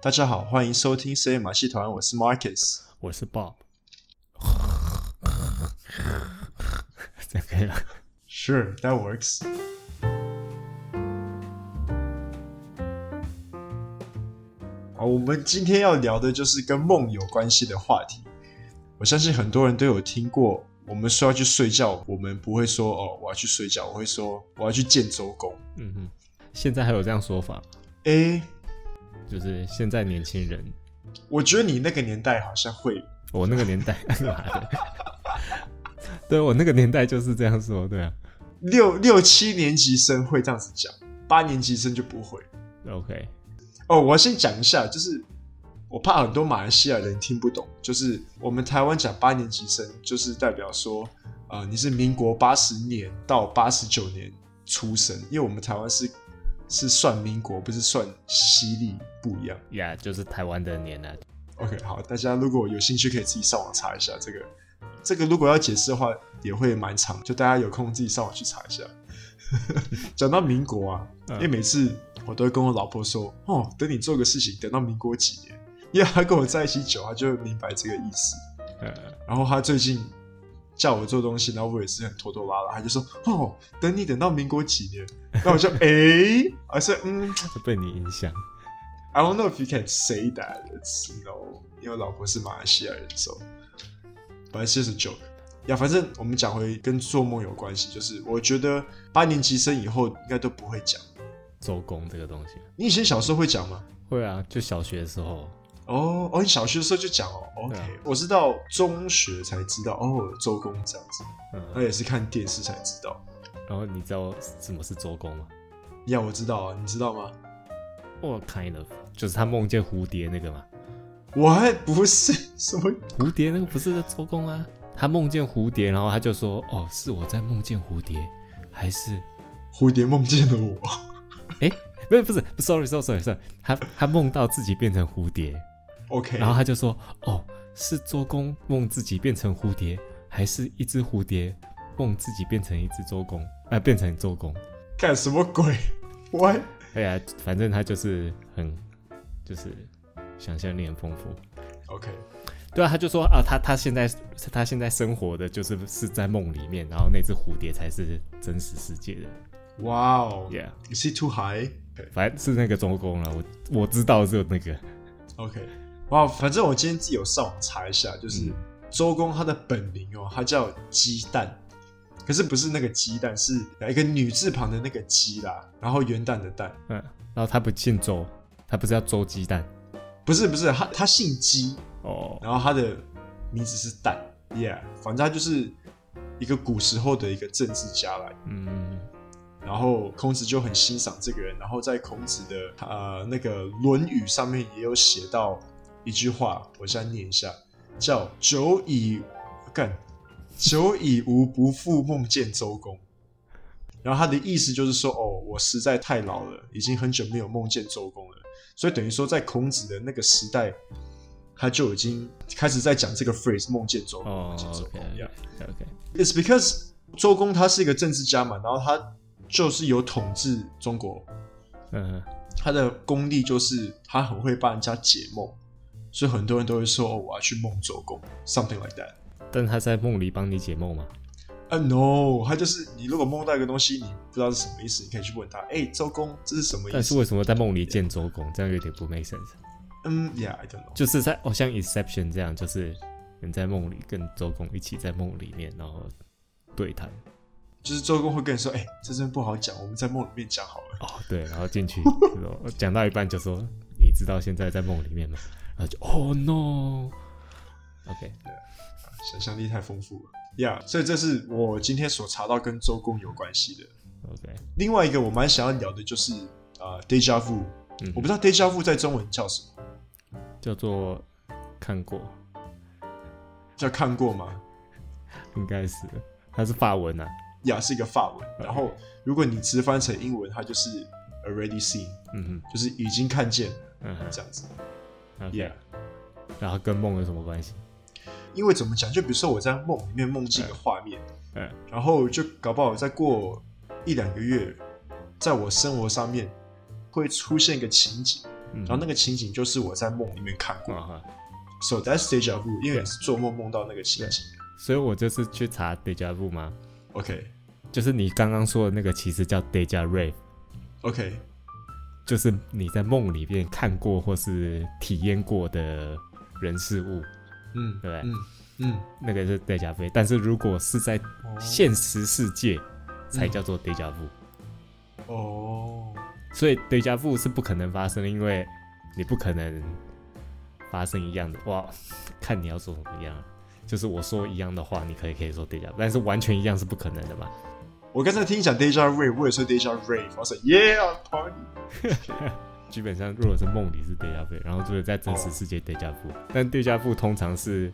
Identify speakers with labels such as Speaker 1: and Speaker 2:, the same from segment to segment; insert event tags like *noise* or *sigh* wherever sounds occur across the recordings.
Speaker 1: 大家好，欢迎收听 C 马戏团，我是 Marcus。
Speaker 2: 我是 Bob，这样可以吗？
Speaker 1: Sure, that works. 好，我们今天要聊的就是跟梦有关系的话题。我相信很多人都有听过，我们说要去睡觉，我们不会说哦我要去睡觉，我会说我要去见周公。
Speaker 2: 嗯哼，现在还有这样说法，
Speaker 1: 诶、
Speaker 2: 就是现在年轻人，
Speaker 1: 我觉得你那个年代好像会，
Speaker 2: 我那个年代，妈的，对我那个年代就是这样说，对啊
Speaker 1: 六六七年级生会这样子讲，八年级生就不会。
Speaker 2: ，OK，
Speaker 1: 哦，我要先讲一下，就是我怕很多马来西亚人听不懂，就是我们台湾讲八年级生，就是代表说，呃，你是民国八十年到八十九年出生，因为我们台湾是是算民国，不是算西历，不一样。
Speaker 2: 呀、就是台湾的年啊，
Speaker 1: OK，好，大家如果有兴趣，可以自己上网查一下这个。这个如果要解释的话，也会蛮长，就大家有空自己上网去查一下。 *laughs* 讲到民国啊，
Speaker 2: 嗯
Speaker 1: 因为每次我都会跟我老婆说：“哦，等你做个事情，等到民国几年。”因为她跟我在一起久，她就会明白这个意思。
Speaker 2: 呃，
Speaker 1: 然后她最近叫我做东西，然后我也是很拖拖拉拉，她就说：“哦，等你等到民国几年。”那我就 *laughs* 诶，我说嗯
Speaker 2: 就被你影响，
Speaker 1: I don't know if you can say that. It's you know，因为我老婆是马来西亚人，so but it's just a joke. 呀，反正我们讲回跟做梦有关系，就是我觉得八年级生以后应该都不会讲。
Speaker 2: 周公这个东西，
Speaker 1: 你以前小时候会讲吗？
Speaker 2: 会啊，就小学的时候，
Speaker 1: 哦哦，你小学的时候就讲哦。OK，、
Speaker 2: 对啊
Speaker 1: 我是到中学才知道哦，周公这样子，那
Speaker 2: 嗯，
Speaker 1: 也是看电视才知道。
Speaker 2: 然后你知道什么是周公吗？
Speaker 1: 呀，我知道啊，你知道吗？
Speaker 2: 哦、kind of，就是他梦见蝴蝶那个嘛，
Speaker 1: 我还不是什么
Speaker 2: 蝴蝶那个不是周公啊，他梦见蝴蝶，然后他就说：“哦，是我在梦见蝴蝶，还是
Speaker 1: 蝴蝶梦见了我。
Speaker 2: 不是不是？Sorry Sorry Sorry Sorry，他他梦到自己变成蝴蝶，
Speaker 1: OK，
Speaker 2: 然后他就说：哦，是周公梦自己变成蝴蝶，还是一只蝴蝶梦自己变成一只周公？哎、变成周公。
Speaker 1: 干什么鬼 *laughs* ？What？
Speaker 2: 哎呀，反正他就是很就是想象力很丰富。
Speaker 1: OK，
Speaker 2: 对啊，他就说啊，他他现在他现在生活的就是是在梦里面，然后那只蝴蝶才是真实世界的。
Speaker 1: 哇哦。
Speaker 2: Yeah。
Speaker 1: Is he too high? OK
Speaker 2: 反正是那个周公了，啊我我知道只有那个，
Speaker 1: OK，哇，反正我今天自己有上网查一下，就是、
Speaker 2: 嗯
Speaker 1: 周公他的本名哦，他叫鸡蛋，可是不是那个鸡蛋，是一个女字旁的那个鸡啦，然后元旦的蛋，
Speaker 2: 嗯，然后他不姓周，他不是叫周鸡蛋
Speaker 1: 不是不是，他他姓鸡，
Speaker 2: 哦，
Speaker 1: 然后他的名字是蛋，Yeah，反正他就是一个古时候的一个政治家啦，
Speaker 2: 嗯，
Speaker 1: 然后孔子就很欣赏这个人，然后在孔子的呃那个《论语》上面也有写到一句话，我现在念一下，叫“久以干，久以无不复梦见周公”。然后他的意思就是说，哦，我实在太老了，已经很久没有梦见周公了。所以等于说，在孔子的那个时代，他就已经开始在讲这个 phrase“ 梦见周公”，
Speaker 2: 哦
Speaker 1: 梦见周公一样。
Speaker 2: ，OK，OK，
Speaker 1: It's because 周公他是一个政治家嘛，然后他就是有统治中国，
Speaker 2: 嗯，
Speaker 1: 他的功力就是他很会帮人家解梦，所以很多人都会说、哦、我要去梦周公，something like that。
Speaker 2: 但他在梦里帮你解梦嘛，
Speaker 1: 啊、no，他就是你如果梦到一个东西，你不知道是什么意思，你可以去问他，哎、周公这是什么意
Speaker 2: 但是
Speaker 1: 思？
Speaker 2: 为什么在梦里见周公？这样有点不 make sense，
Speaker 1: 嗯，Yeah，I don't know。
Speaker 2: 就是在哦，像 Inception 这样，就是人在梦里跟周公一起在梦里面，然后对谈，
Speaker 1: 就是周公会跟你说，哎、这真不好讲，我们在梦里面讲好了。
Speaker 2: 哦，对，然后进去就说讲到一半就说，你知道现在在梦里面吗？然后就哦 no，OK，、OK
Speaker 1: 想象力太丰富了，Yeah，所以这是我今天所查到跟周公有关系的。
Speaker 2: OK，
Speaker 1: 另外一个我蛮想要聊的就是啊、d e j a vu，、
Speaker 2: 嗯
Speaker 1: 我不知道 deja vu 在中文叫什么，
Speaker 2: 叫做看过，
Speaker 1: 叫看过吗？
Speaker 2: 应该是，它是法文啊。
Speaker 1: 呀，是一个法文。
Speaker 2: 嗯
Speaker 1: 然后如果你直翻成英文，它就是 already seen，
Speaker 2: 嗯
Speaker 1: 就是已经看见了
Speaker 2: 哼，嗯
Speaker 1: 这样子。
Speaker 2: 哼 o
Speaker 1: Yeah，
Speaker 2: k 然后跟梦有什么关系？
Speaker 1: 因为怎么讲？就比如说我在梦里面梦见一个画面，
Speaker 2: 嗯，
Speaker 1: 然后就搞不好再过一两个月，在我生活上面会出现一个情景，
Speaker 2: 嗯
Speaker 1: 然后那个情景就是我在梦里面看过
Speaker 2: 啊哈，
Speaker 1: ，so that's deja vu，因为你是做梦梦到那个情景。
Speaker 2: 所以我就是去查 deja vu 嘛，
Speaker 1: OK
Speaker 2: 就是你刚刚说的那个，其实叫 deja rave，
Speaker 1: OK，
Speaker 2: 就是你在梦里面看过或是体验过的人事物，
Speaker 1: 嗯，
Speaker 2: 对
Speaker 1: 嗯嗯，
Speaker 2: 那个是 deja vu。但是如果是在
Speaker 1: 哦
Speaker 2: 现实世界，才叫做 deja vu。
Speaker 1: 哦，
Speaker 2: 所以 deja vu 是不可能发生的，因为你不可能发生一样的。哇， *laughs* 看你要说什么样了。就是我说一样的话，你可以可以说 deja vu，但是完全一样是不可能的嘛。
Speaker 1: 我刚才听你讲 deja rave，我也说 deja rave，我说 yeah party，
Speaker 2: 基本上如果是梦里是 deja vu，然后就是在真实世界 deja vu，、但 deja vu 通常是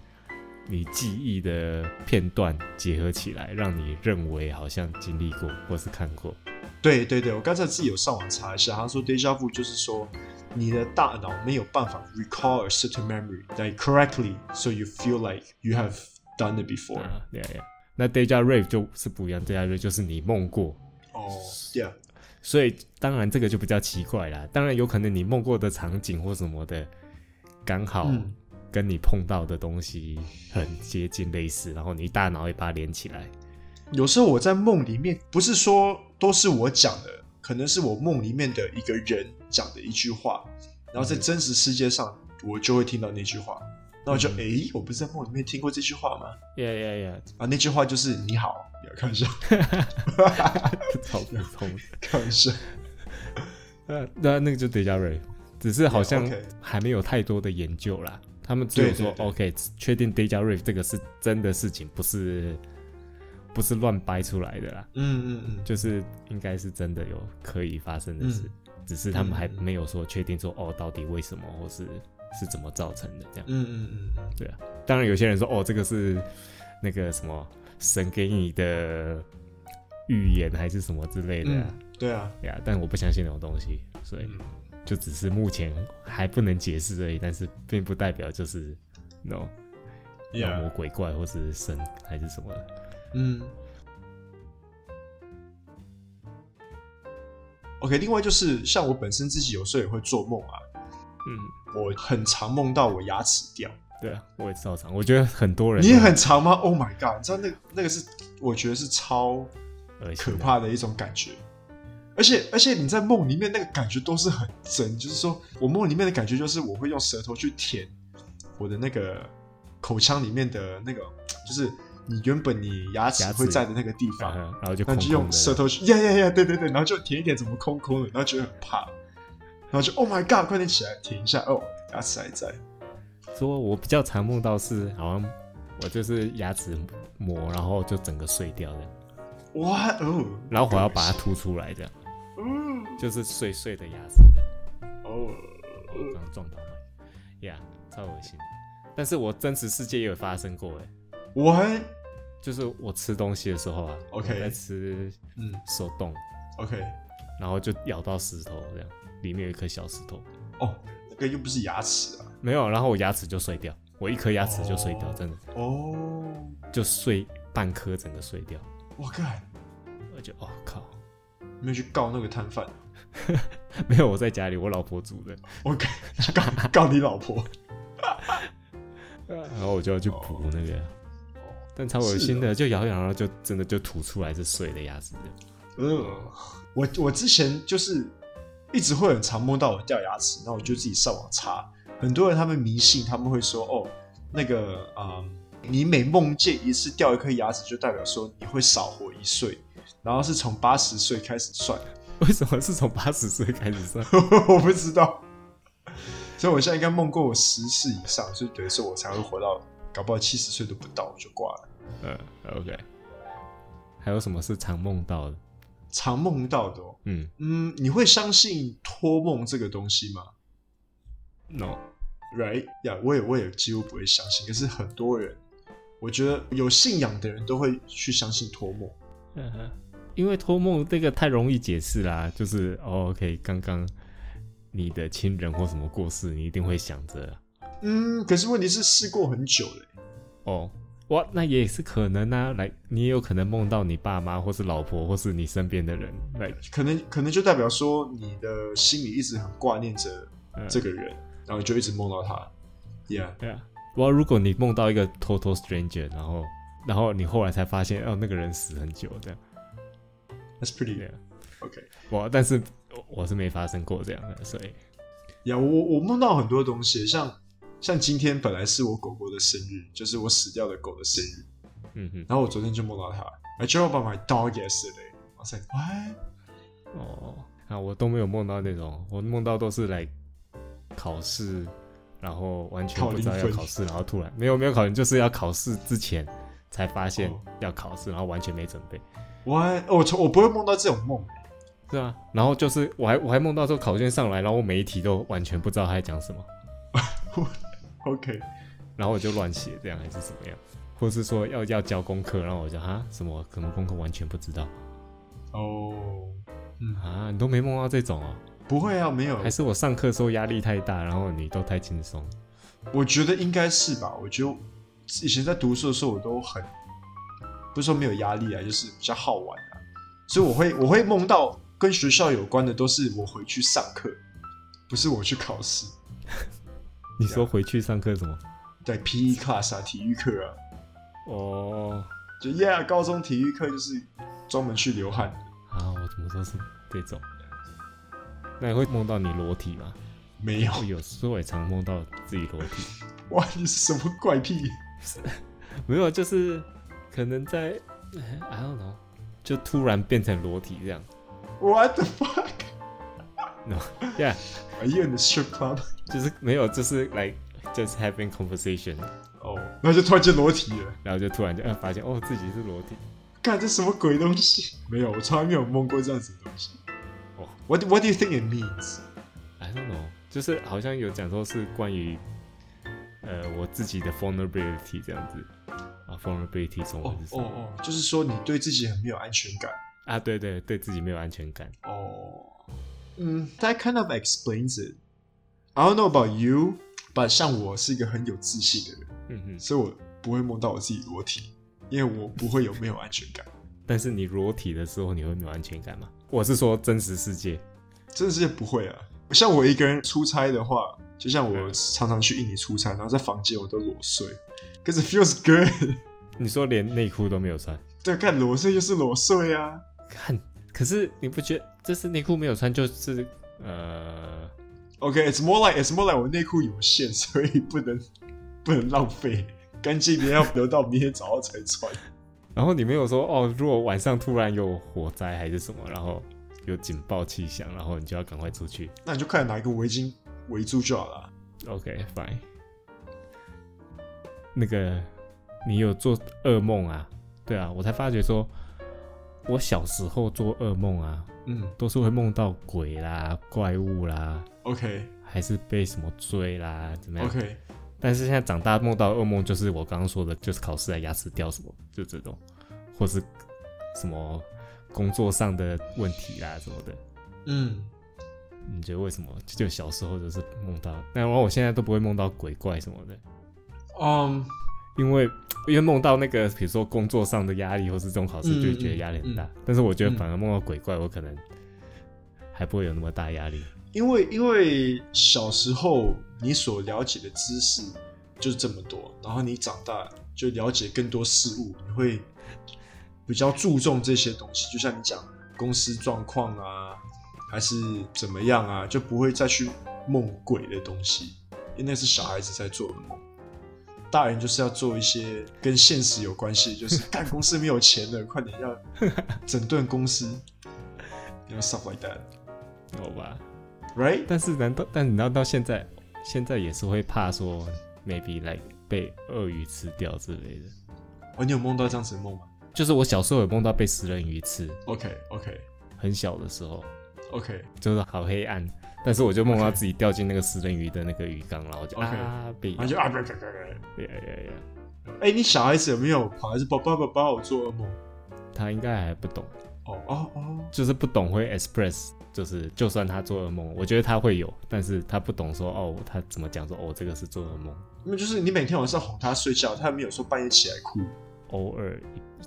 Speaker 2: 你记忆的片段结合起来，让你认为好像经历过或是看过。
Speaker 1: 对对对，我刚才自己有上网查一下，他说 deja vu 就是说你的大脑没有办法 recall a certain memory like correctly, so you feel like you have done it before.
Speaker 2: 啊，对呀，那 deja rave 就是不一样，deja rave 就是你梦过，
Speaker 1: 哦，yeah，
Speaker 2: 所以当然这个就比较奇怪啦。当然有可能你梦过的场景或什么的，刚好
Speaker 1: 嗯
Speaker 2: 跟你碰到的东西很接近类似，然后你大脑会把它连起来。
Speaker 1: 有时候我在梦里面，不是说都是我讲的，可能是我梦里面的一个人讲的一句话，然后在真实世界上我就会听到那句话，那我就
Speaker 2: 嗯
Speaker 1: 诶，我不是在梦里面听过这句话吗？
Speaker 2: 呀呀呀，
Speaker 1: 啊，那句话就是你好，不要看一下，
Speaker 2: *laughs* 超普通。
Speaker 1: 看一下，
Speaker 2: 那那那个就 deja rave，只是好像
Speaker 1: OK
Speaker 2: 还没有太多的研究啦。他们只有
Speaker 1: 对 Oh, 对
Speaker 2: 说
Speaker 1: 对
Speaker 2: OK，确定 deja rave 这个是真的事情，不是不是乱掰出来的啦。
Speaker 1: 嗯嗯嗯，
Speaker 2: 就是应该是真的有可以发生的事，只是他们还没有说确定说哦，到底为什么或是是怎么造成的这样。
Speaker 1: 嗯嗯嗯嗯，
Speaker 2: 对啊，当然有些人说哦，这个是那个什么神给你的预言还是什么之类的、啊，
Speaker 1: 对啊，
Speaker 2: 对啊，但我不相信那种东西，所以
Speaker 1: 嗯
Speaker 2: 就只是目前还不能解释而已，但是并不代表就是 no 妖魔
Speaker 1: ，yeah，
Speaker 2: 鬼怪或是神还是什么的。
Speaker 1: 嗯。OK，另外就是像我本身自己有时候也会做梦啊，
Speaker 2: 嗯，
Speaker 1: 我很常梦到我牙齿掉。
Speaker 2: 对啊，我也照常，我觉得很多人
Speaker 1: 你也
Speaker 2: 都
Speaker 1: 很长吗？Oh my god！你知道那个那个是，我觉得是超
Speaker 2: 恶心啊
Speaker 1: 可
Speaker 2: 的
Speaker 1: 怕的一种感觉。而且而且你在梦里面那个感觉都是很真，就是说我梦里面的感觉就是我会用舌头去舔我的那个口腔里面的那个，就是你原本你牙齿
Speaker 2: 牙齿
Speaker 1: 会在的那个地方，
Speaker 2: 嗯然后就
Speaker 1: 那
Speaker 2: 空
Speaker 1: 你就
Speaker 2: 空
Speaker 1: 用
Speaker 2: 的。
Speaker 1: 舌头去，呀呀呀，对对对，然后就舔一舔，怎么空空的，然后觉得很怕，然后就 Oh my god！快点起来舔一下，哦，牙齿还在。
Speaker 2: 说我比较常梦到是好像我就是牙齿磨，然后就整个碎掉这样，
Speaker 1: 哇哦！
Speaker 2: 然后我要把它吐出来这样，
Speaker 1: 嗯
Speaker 2: 就是碎碎的牙齿这样，
Speaker 1: 哦，
Speaker 2: 我刚撞到麦，呀、超恶心。但是我真实世界也有发生过哎，
Speaker 1: 我还
Speaker 2: 就是我吃东西的时候啊
Speaker 1: OK
Speaker 2: 我在吃
Speaker 1: 嗯
Speaker 2: 手冻，
Speaker 1: OK，
Speaker 2: 然后就咬到石头这样，里面有一颗小石头，
Speaker 1: 哦，那个又不是牙齿啊，
Speaker 2: 没有，然后我牙齿就碎掉，我一颗牙齿就碎掉，
Speaker 1: 哦
Speaker 2: 真的
Speaker 1: 哦，
Speaker 2: 就碎半颗，整个碎掉，
Speaker 1: 我看
Speaker 2: 我就哦靠。
Speaker 1: 没有去告那个摊贩，
Speaker 2: *laughs* 没有，我在家里，我老婆煮的，
Speaker 1: 我告去告告你老婆，
Speaker 2: 然后我就要去补那个，但超恶心的，就咬一咬，然后就真的就吐出来是碎的牙齿 *laughs* 的。
Speaker 1: 嗯，我我之前就是一直会很常梦到我掉牙齿，那我就自己上网查，很多人他们迷信，他们会说哦，那个啊、嗯你每梦见一次掉一颗牙齿，就代表说你会少活一岁，然后是从八十岁开始算。
Speaker 2: 为什么是从八十岁开始算？ *laughs*
Speaker 1: *laughs* 我不知道。所以我现在应该梦过我十次以上，所以等于说我才会活到，搞不好七十岁都不到我就挂了。
Speaker 2: 嗯，OK。还有什么是常梦到的？
Speaker 1: 常梦到的、哦，
Speaker 2: 嗯
Speaker 1: 嗯，你会相信托梦这个东西吗
Speaker 2: ，no，
Speaker 1: ？Right？呀、我也我也几乎不会相信，可是很多人，我觉得有信仰的人都会去相信托梦。
Speaker 2: 嗯哼因为托梦这个太容易解释啦，就是、哦、OK，刚刚你的亲人或什么过世，你一定会想着
Speaker 1: 嗯，可是问题是试过很久了、
Speaker 2: 哦，哇，那也是可能啊，来，你也有可能梦到你爸妈或是老婆或是你身边的人，来，
Speaker 1: 可能可能就代表说你的心里一直很挂念着
Speaker 2: 嗯
Speaker 1: 这个人，然后你就一直梦到他，Yeah，
Speaker 2: 对啊。不过如果你梦到一个 total stranger，然后然后你后来才发现，哦，那个人死很久这样，
Speaker 1: that's pretty
Speaker 2: 对啊。
Speaker 1: OK。
Speaker 2: 我但是我我是没发生过这样的，所以
Speaker 1: 呀、我我梦到很多东西，像像今天本来是我狗狗的生日，就是我死掉的狗的生日，
Speaker 2: 嗯哼，
Speaker 1: 然后我昨天就梦到它。I dreamt about my dog yesterday. I was like, what?
Speaker 2: 哦，啊，我都没有梦到那种，我梦到都是来考试，然后完全
Speaker 1: 考
Speaker 2: 不知道
Speaker 1: 零
Speaker 2: 要
Speaker 1: 分
Speaker 2: 考试，然后突然没有没有考虑，就是要考试之前才发现
Speaker 1: 哦
Speaker 2: 要考试，然后完全没准备，
Speaker 1: What？哦我从我不会梦到这种梦。
Speaker 2: 是啊，然后就是我还我还梦到说考卷上来，然后我每一题都完全不知道他在讲什么，
Speaker 1: OK，
Speaker 2: 然后我就乱写这样还是怎么样，或者是说要要交功课，然后我就啊什么什么功课完全不知道
Speaker 1: 哦、
Speaker 2: 啊，你都没梦到这种哦。
Speaker 1: 不会啊，没有
Speaker 2: 还。是我上课的时候压力太大，然后你都太轻松。
Speaker 1: 我觉得应该是吧。我觉得以前在读书的时候，我都很不是说没有压力啊，就是比较好玩啊。所以我会我会梦到跟学校有关的，都是我回去上课，不是我去考试。
Speaker 2: 你说回去上课什么？
Speaker 1: 在 PE class 啊，体育课啊，
Speaker 2: 哦，
Speaker 1: 就 Yeah，高中体育课就是专门去流汗的。
Speaker 2: 啊，我怎么都是这种。那你会梦到你裸体吗？
Speaker 1: 没有
Speaker 2: 我有时候也常梦到自己裸体，
Speaker 1: 哇，你是什么怪癖？
Speaker 2: *laughs* 没有，啊就是可能在哎 I don't know，就突然变成裸体这样。
Speaker 1: What the fuck?
Speaker 2: Yeah，
Speaker 1: Are you in the strip club?
Speaker 2: 就是没有，就是来 just having conversation，
Speaker 1: 哦、那就突然间裸体了，
Speaker 2: 然后就突然就、呃、发现哦自己是裸体。
Speaker 1: 看这什么鬼东西？没有，我从来没有梦过这样子的东西。
Speaker 2: 哦
Speaker 1: What What do you think it means?
Speaker 2: I don't know，就是好像有讲说是关于呃我自己的 vulnerability 这样子啊，vulnerability 中
Speaker 1: 哦
Speaker 2: 文是什
Speaker 1: 哦
Speaker 2: 么
Speaker 1: 哦，就是说你对自己很没有安全感。
Speaker 2: 啊？对对，对自己没有安全感。
Speaker 1: 哦，嗯，That kind of explains it. I don't know about you, but 像我是一个很有自信的人。
Speaker 2: 嗯哼，
Speaker 1: 所以我不会梦到我自己裸体，因为我不会有没有安全感。
Speaker 2: 但是你裸体的时候，你会没有安全感吗？我是说真实世界，
Speaker 1: 真的是不会啊！像我一个人出差的话，就像我常常去印尼出差，然后在房间我都裸睡，cause it feels good 。 *laughs*
Speaker 2: 你说连内裤都没有穿，
Speaker 1: 对，看裸睡就是裸睡啊。
Speaker 2: 看，可是你不觉得这是内裤没有穿就是呃
Speaker 1: OK，it's、more like it's more like 我内裤有限，所以不能不能浪费，干净的要留到明天早上才穿。
Speaker 2: 然后你没有说哦，如果晚上突然有火灾还是什么，然后有警报气响，然后你就要赶快出去。
Speaker 1: 那你就快点拿一个围巾围住就好了。啊
Speaker 2: OK fine。那个你有做噩梦啊？对啊，我才发觉说，我小时候做噩梦啊，
Speaker 1: 嗯
Speaker 2: 都是会梦到鬼啦、怪物啦，
Speaker 1: ，OK
Speaker 2: 还是被什么追啦，怎么样
Speaker 1: OK，
Speaker 2: 但是现在长大梦到噩梦，就是我刚刚说的，就是考试啊、牙齿掉什么，就这种，或是什么工作上的问题啦什么的。
Speaker 1: 嗯，
Speaker 2: 你觉得为什么？就就小时候就是梦到，但然后我现在都不会梦到鬼怪什么的，
Speaker 1: 嗯、
Speaker 2: 因为因为梦到那个，比如说工作上的压力，或是这种考试，
Speaker 1: 嗯
Speaker 2: 就会觉得压力很大。但是我觉得反而梦到鬼怪，我可能还不会有那么大压力。
Speaker 1: 因为因为小时候你所了解的知识就是这么多，然后你长大就了解更多事物，你会比较注重这些东西。就像你讲公司状况啊，还是怎么样啊，就不会再去梦鬼的东西，因为那是小孩子在做的梦。大人就是要做一些跟现实有关系，就是干公司没有钱了，快点要整顿公司，you know stuff like that, 嗯
Speaker 2: 好吧，
Speaker 1: right?
Speaker 2: 但是难道但你知道到现在，现在也是会怕说 maybe like 被鳄鱼吃掉之类的。
Speaker 1: 哦，你有梦到这样子的梦吗
Speaker 2: 就是我小时候有梦到被食人鱼吃，
Speaker 1: ？OK OK
Speaker 2: 很小的时候
Speaker 1: OK，
Speaker 2: 就是好黑暗，但是我就梦到自己掉进那个食人鱼的那个鱼缸，然后我就
Speaker 1: OK
Speaker 2: 啊被咬
Speaker 1: 然后就啊，不不不不，
Speaker 2: 呀呀呀，
Speaker 1: 哎，你小孩子有没有跑来是宝宝宝宝，我做噩梦？
Speaker 2: 他应该还不懂。
Speaker 1: 哦哦哦，
Speaker 2: 就是不懂会 express，就是就算他做噩梦，我觉得他会有，但是他不懂说哦，他怎么讲说哦，这个是做噩梦，
Speaker 1: 那就是你每天晚上哄他睡觉，他没有说半夜起来哭。
Speaker 2: 偶尔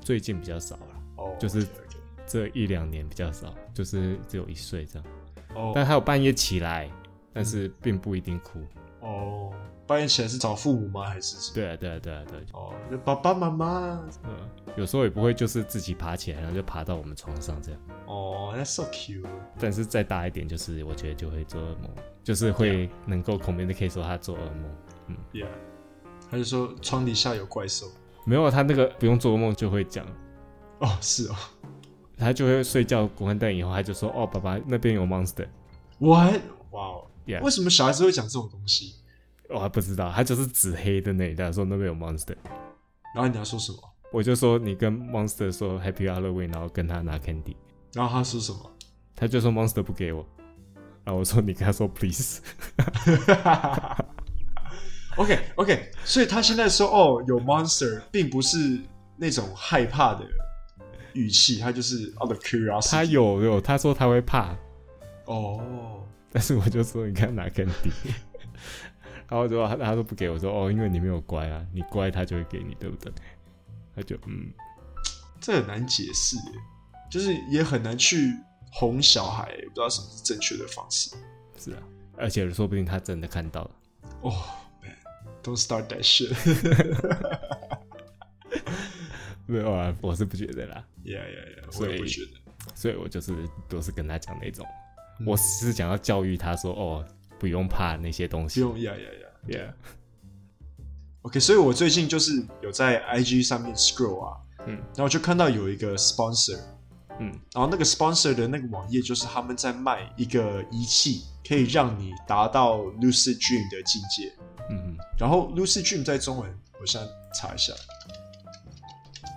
Speaker 2: 最近比较少了，
Speaker 1: 哦，
Speaker 2: 就是
Speaker 1: OK，OK
Speaker 2: 这一两年比较少，就是只有一岁这样，
Speaker 1: 哦
Speaker 2: 但他有半夜起来，但是并不一定哭。
Speaker 1: 哦，半夜起来是找父母吗？还是什么？
Speaker 2: 对啊，对啊，对啊，对啊，
Speaker 1: 哦，就爸爸妈妈。
Speaker 2: 嗯，有时候也不会就是自己爬起来，然后就爬到我们床上这样。
Speaker 1: 哦，That's so cute。
Speaker 2: 但是再大一点，就是我觉得就会做噩梦，就是会能够 communicate 说他做噩梦。
Speaker 1: Yeah，他就说床底下有怪兽。
Speaker 2: 没有啊他那个不用做噩梦就会讲，
Speaker 1: 哦，是哦。
Speaker 2: 他就会睡觉滚完蛋以后，他就说哦，爸爸那边有 monster。
Speaker 1: What？哇哦
Speaker 2: Yeah
Speaker 1: 为什么小孩子会讲这种东西？
Speaker 2: 我还不知道，他就是指黑的那一带说那边有 monster。
Speaker 1: 然后你要说什么？
Speaker 2: 我就说你跟 monster 说 Happy Halloween，然后跟他拿 candy，
Speaker 1: 然后他说什么？
Speaker 2: 他就说 monster 不给我，然后我说你跟他说 please， *laughs*
Speaker 1: OK OK，所以他现在说哦有 monster，并不是那种害怕的语气，他就是 out of curiosity。
Speaker 2: 他有有他说他会怕，
Speaker 1: 哦，
Speaker 2: 但是我就说你跟他拿 candy，然后就他他说不给我说哦，因为你没有乖啊，你乖他就会给你，对不对？他就嗯，
Speaker 1: 这很难解释耶，就是也很难去哄小孩，不知道什么是正确的方式。
Speaker 2: 是啊，而且说不定他真的看到了，
Speaker 1: 哦、oh,，man，don't start that shit。 *laughs*
Speaker 2: 没有啊，我是不觉得啦，
Speaker 1: Yeah yeah yeah，
Speaker 2: 所
Speaker 1: 我
Speaker 2: 以
Speaker 1: 也不觉得。
Speaker 2: 所以我就是都是跟他讲那种，
Speaker 1: 嗯
Speaker 2: 我只是想要教育他说哦，不用怕那些东
Speaker 1: 不
Speaker 2: 西
Speaker 1: 用 Yeah yeah yeah。
Speaker 2: ，yeah，
Speaker 1: OK，所以我最近就是有在 IG 上面 scroll 啊，
Speaker 2: 嗯
Speaker 1: 然后就看到有一个 sponsor，
Speaker 2: 嗯。
Speaker 1: 然后那个 sponsor 的那个网页就是他们在卖一个仪器，可以让你达到 lucid dream 的境界。
Speaker 2: 嗯，
Speaker 1: 然后 lucid dream 在中文，我现在查一下，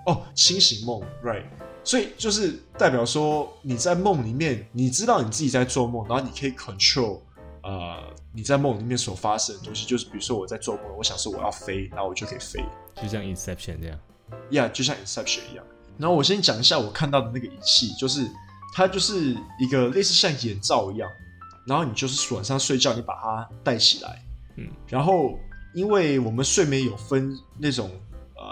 Speaker 1: 哦，清醒梦，right。所以就是代表说你在梦里面，你知道你自己在做梦，然后你可以 control 呃你在梦里面所发生的东西，就是比如说我在做梦，我想说我要飞，然后我就可以飞。
Speaker 2: 就像 Inception 这样，
Speaker 1: yeah，就像 Inception 一样。然后我先讲一下我看到的那个仪器，就是它就是一个类似像眼罩一样，然后你就是晚上睡觉，你把它戴起来，
Speaker 2: 嗯，
Speaker 1: 然后因为我们睡眠有分那种呃，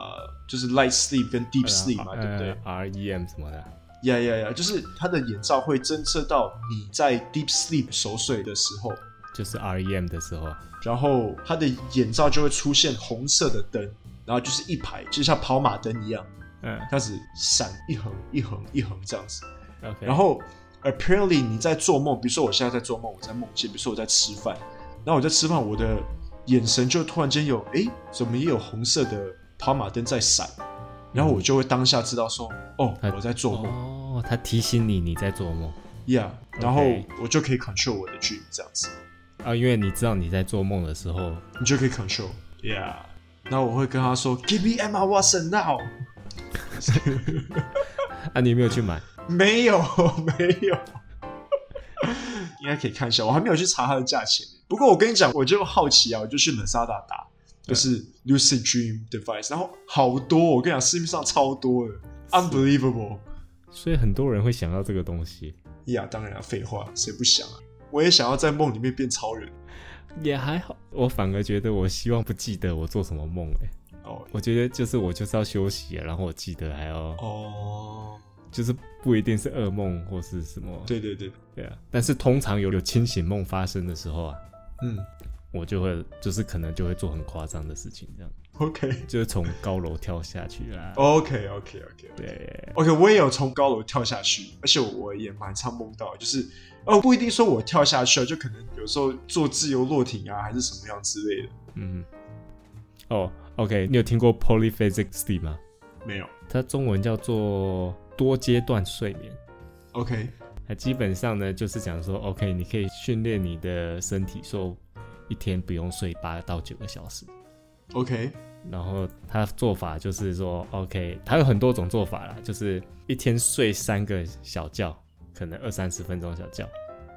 Speaker 1: 就是 light sleep 跟 deep
Speaker 2: 啊
Speaker 1: sleep 嘛，对不对
Speaker 2: 呃？R E M 什么的，
Speaker 1: ？Yeah yeah yeah，就是它的眼罩会侦测到你在 deep sleep 熟睡的时候，
Speaker 2: 就是 R E M 的时候，
Speaker 1: 然后它的眼罩就会出现红色的灯，然后就是一排，就像跑马灯一样，
Speaker 2: 嗯
Speaker 1: 这样子闪一横一横一横这样子。
Speaker 2: ，OK，
Speaker 1: 然后 apparently 你在做梦，比如说我现在在做梦，我在梦境，比如说我在吃饭，然后我在吃饭，我的眼神就突然间有，诶，怎么也有红色的跑马灯在闪，然后我就会当下知道说，哦，
Speaker 2: 它
Speaker 1: 我在做梦、
Speaker 2: 哦，他提醒你你在做梦
Speaker 1: y e a h 然后
Speaker 2: OK
Speaker 1: 我就可以 control 我的 dream 这样子，
Speaker 2: 啊，因为你知道你在做梦的时候，
Speaker 1: 你就可以 control，yeah，然后我会跟他说，give me Emma Watson now，
Speaker 2: 啊，你有没有去买？
Speaker 1: 没有 *laughs* 没有，应该可以看一下，我还没有去查它的价钱。不过我跟你讲，我就好奇啊，我就去 Lazada 打，就是 Lucid Dream Device，然后好多，我跟你讲，市面上超多的，unbelievable。
Speaker 2: 所以很多人会想到这个东西，
Speaker 1: 呀，当然啊，废话，谁不想啊？我也想要在梦里面变超人
Speaker 2: 也还好。我反而觉得我希望不记得我做什么梦，哎，
Speaker 1: 哦
Speaker 2: 我觉得就是我就是要休息，然后我记得还要，
Speaker 1: 哦，
Speaker 2: 就是不一定是噩梦或是什么，
Speaker 1: 对对对，
Speaker 2: 对啊。但是通常有有清醒梦发生的时候啊，
Speaker 1: 嗯
Speaker 2: 我就会就是可能就会做很夸张的事情，这样。
Speaker 1: ，OK
Speaker 2: 就是从高楼跳下去啦。
Speaker 1: OK OK OK
Speaker 2: 对，
Speaker 1: OK，我也有从高楼跳下去，而且我也蛮常梦到，就是哦，不一定说我跳下去啊，就可能有时候做自由落体啊，还是什么样之类的。
Speaker 2: 嗯，哦，OK，你有听过 polyphasic sleep 吗？
Speaker 1: 没有
Speaker 2: 它中文叫做多阶段睡眠。
Speaker 1: ，OK，
Speaker 2: 它基本上呢，就是讲说，OK，你可以训练你的身体，说一天不用睡八到九个小时。
Speaker 1: OK，
Speaker 2: 然后它做法就是说，OK，它有很多种做法啦，就是一天睡三个小觉，可能二三十分钟小觉，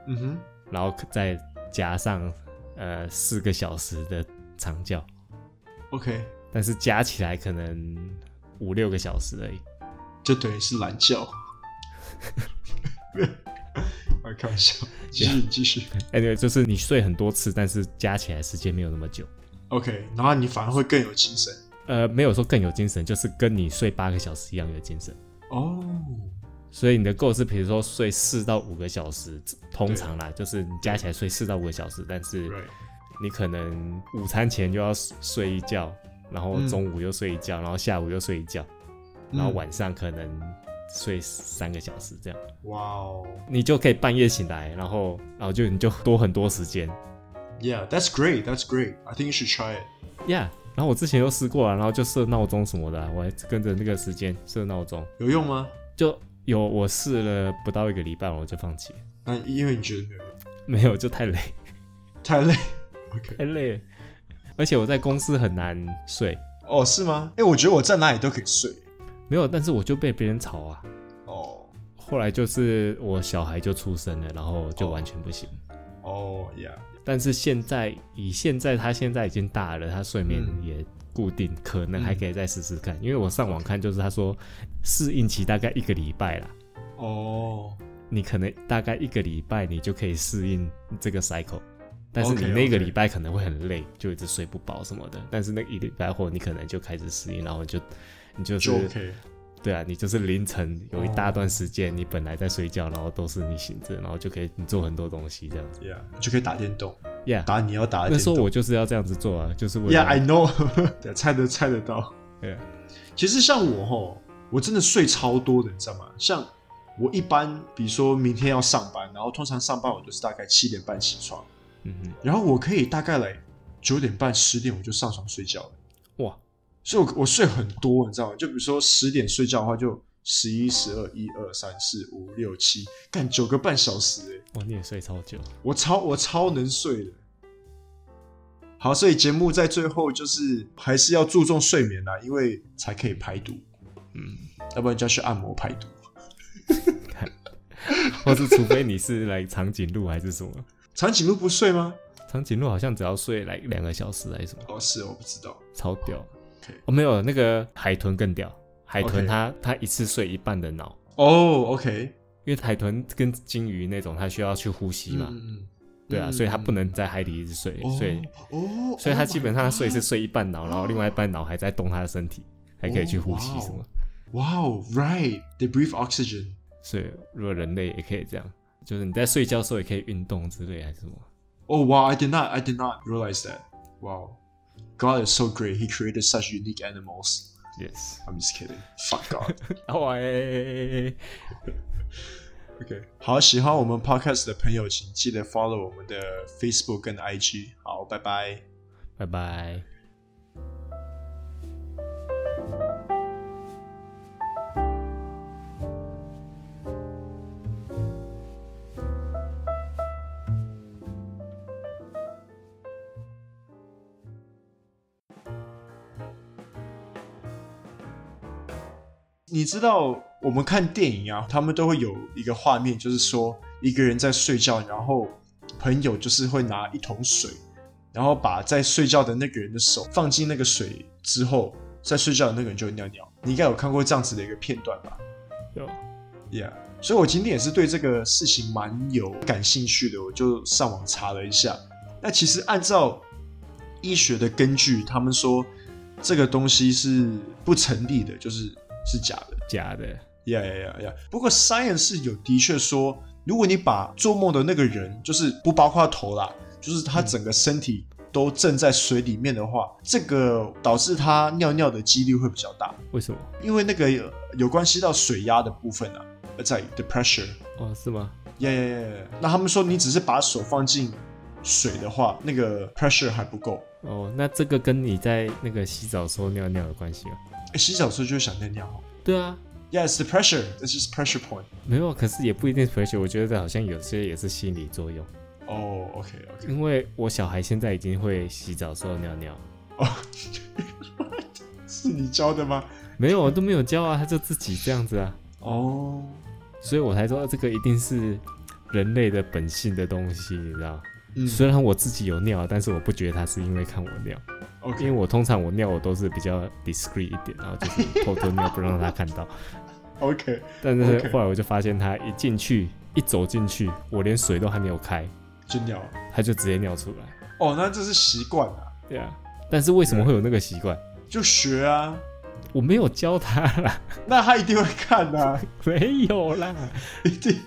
Speaker 1: 嗯哼，
Speaker 2: 然后再加上呃四个小时的长觉。
Speaker 1: ，OK，
Speaker 2: 但是加起来可能五六个小时而已。
Speaker 1: 就等于是懒觉。 *laughs* 我开玩笑，继续继续。
Speaker 2: Anyway，就是你睡很多次，但是加起来时间没有那么久。
Speaker 1: OK，然后你反而会更有精神
Speaker 2: 呃，没有说更有精神，就是跟你睡八个小时一样有精神。
Speaker 1: 哦。
Speaker 2: 所以你的构思，比如说睡四到五个小时，通常啦，就是你加起来睡四到五个小时，但是
Speaker 1: right，
Speaker 2: 你可能午餐前就要睡一觉，然后
Speaker 1: 嗯
Speaker 2: 中午又睡一觉，然后下午又睡一觉，然后
Speaker 1: 嗯
Speaker 2: 晚上可能睡三个小时这样。
Speaker 1: 哇哦
Speaker 2: 你就可以半夜醒来，然后然后就你就多很多时间
Speaker 1: ，Yeah，that's great，that's great。I think you should try it。
Speaker 2: ，Yeah。然后我之前又试过了，然后就设闹钟什么的啊、我还跟着那个时间设闹钟，
Speaker 1: 有用吗？
Speaker 2: 就有我试了不到一个礼拜，我就放弃了，
Speaker 1: 那因为你觉得没有用，
Speaker 2: 没有就太累，
Speaker 1: 太累。OK，
Speaker 2: 太累了，而且我在公司很难睡，
Speaker 1: 哦，是吗？哎、我觉得我在哪里都可以睡。
Speaker 2: 没有，但是我就被别人吵啊。
Speaker 1: 哦，
Speaker 2: 后来就是我小孩就出生了，然后就完全不行。
Speaker 1: 哦，Yeah，
Speaker 2: 但是现在以现在他现在已经大了，他睡眠
Speaker 1: 嗯
Speaker 2: 也固定，可能还
Speaker 1: 嗯
Speaker 2: 可以再试试看。因为我上网看，就是他说适应期大概一个礼拜啦，
Speaker 1: 哦，
Speaker 2: 你可能大概一个礼拜你就可以适应这个 cycle，但是你
Speaker 1: OK，OK
Speaker 2: 那个礼拜可能会很累，就一直睡不饱什么的。但是那一礼拜后，你可能就开始适应，然后就你就是
Speaker 1: 就 OK。
Speaker 2: 对啊，你就是凌晨有一大段时
Speaker 1: 哦
Speaker 2: 间，你本来在睡觉，然后都是你醒着，然后就可以你做很多东西这样子。
Speaker 1: Yeah，你就可以打电动，
Speaker 2: Yeah，
Speaker 1: 打你要打的
Speaker 2: 那
Speaker 1: 电
Speaker 2: 时候
Speaker 1: 动。
Speaker 2: 我就是要这样子做啊，就是为了
Speaker 1: Yeah，I know，对 *laughs* 猜得猜得到。
Speaker 2: 对啊
Speaker 1: 其实像我吼，我真的睡超多的，你知道吗？像我一般，比如说明天要上班，然后通常上班我都是大概七点半起床，
Speaker 2: 嗯哼
Speaker 1: 然后我可以大概来九点半、十点我就上床睡觉了，
Speaker 2: 哇，
Speaker 1: 所以我我睡很多，你知道吗？就比如说十点睡觉的话，就十一、十二、一二三四五六七，干九个半小时、欸，
Speaker 2: 哇，你也睡超久， *laughs*
Speaker 1: 我超我超能睡的。好，所以节目在最后就是还是要注重睡眠啦，因为才可以排毒，
Speaker 2: 嗯，
Speaker 1: 要不然就要去按摩排毒。
Speaker 2: 或是除非你是来长颈鹿还是什么，
Speaker 1: 长颈鹿不睡吗？
Speaker 2: 长颈鹿好像只要睡来两个小时还是什么，
Speaker 1: 哦，是哦我不知道。
Speaker 2: 超屌
Speaker 1: OK。
Speaker 2: 哦，没有那个海豚更屌，海豚
Speaker 1: OK
Speaker 2: 它它一次睡一半的脑，
Speaker 1: 哦，OK，
Speaker 2: 因为海豚跟鲸鱼那种它需要去呼吸嘛，
Speaker 1: 嗯，
Speaker 2: 对啊，所以它不
Speaker 1: 能
Speaker 2: 能在海里一直睡，所以
Speaker 1: 哦，
Speaker 2: 所以他基本上睡是
Speaker 1: Oh
Speaker 2: 睡一半脑，然后另外一半脑还在动他的身体，还可以去呼吸什么。
Speaker 1: my God 哇哦，right，they breathe oxygen。
Speaker 2: 所以如果人类也可以这样，就是你在睡觉的时候也可以运动之类还是什么。
Speaker 1: Oh wow, I did not, I did not realize that. Wow, God is so great. He created such unique animals.
Speaker 2: Yes，
Speaker 1: I'm just kidding. Fuck God.
Speaker 2: 哦哎哎哎哎哎
Speaker 1: OK，好，喜欢我们 Podcast 的朋友，请记得 follow 我们的 Facebook 跟 IG。好，拜拜。
Speaker 2: 拜拜。
Speaker 1: 你知道我们看电影啊，他们都会有一个画面，就是说一个人在睡觉，然后朋友就是会拿一桶水，然后把在睡觉的那个人的手放进那个水之后，在睡觉的那个人就会尿尿。你应该有看过这样子的一个片段吧？
Speaker 2: 有
Speaker 1: Yeah，所以我今天也是对这个事情蛮有感兴趣的，我就上网查了一下。那其实按照医学的根据，他们说这个东西是不成立的，就是是假的。
Speaker 2: 假的，
Speaker 1: 呀呀呀呀！不过 science 有的确说，如果你把做梦的那个人，就是不包括头啦，就是他整个身体都浸在水里面的话，这个导致他尿尿的几率会比较大，
Speaker 2: 为什么？
Speaker 1: 因为那个有有关系到水压的部分啊，呃在 the pressure。
Speaker 2: 哦，是吗？
Speaker 1: 呀呀呀！呀那他们说你只是把手放进水的话，那个 pressure 还不够。
Speaker 2: 哦，那这个跟你在那个洗澡的时候尿尿有关系吗？
Speaker 1: 诶洗澡的时候就会想尿尿哦。
Speaker 2: 对啊，
Speaker 1: Yes, the pressure. It's just pressure point.
Speaker 2: 没有，啊可是也不一定 pressure。我觉得好像有些也是心理作用，
Speaker 1: 哦、o k OK。
Speaker 2: 因为我小孩现在已经会洗澡的时候尿尿，
Speaker 1: 是你教的吗？
Speaker 2: 没有，我都没有教啊，他就自己这样子啊。
Speaker 1: 哦、
Speaker 2: 所以我才说这个一定是人类的本性的东西，你知道？
Speaker 1: 嗯
Speaker 2: 虽然我自己有尿，但是我不觉得它是因为看我尿，
Speaker 1: ，OK
Speaker 2: 因为我通常我尿我都是比较 discreet 一点，然后就是偷偷尿不让他看
Speaker 1: *laughs*
Speaker 2: 到。
Speaker 1: OK，
Speaker 2: 但是
Speaker 1: OK
Speaker 2: 后来我就发现他一进去，一走进去，我连水都还没有开，
Speaker 1: 就尿哦了。
Speaker 2: 他就直接尿出来。
Speaker 1: 哦，那这是习惯啊，
Speaker 2: 对啊，但是为什么会有那个习惯？
Speaker 1: 就学啊。我没有教他啦，
Speaker 2: *laughs* 那他一定会看呐、
Speaker 1: 啊没有啦，
Speaker 2: 一定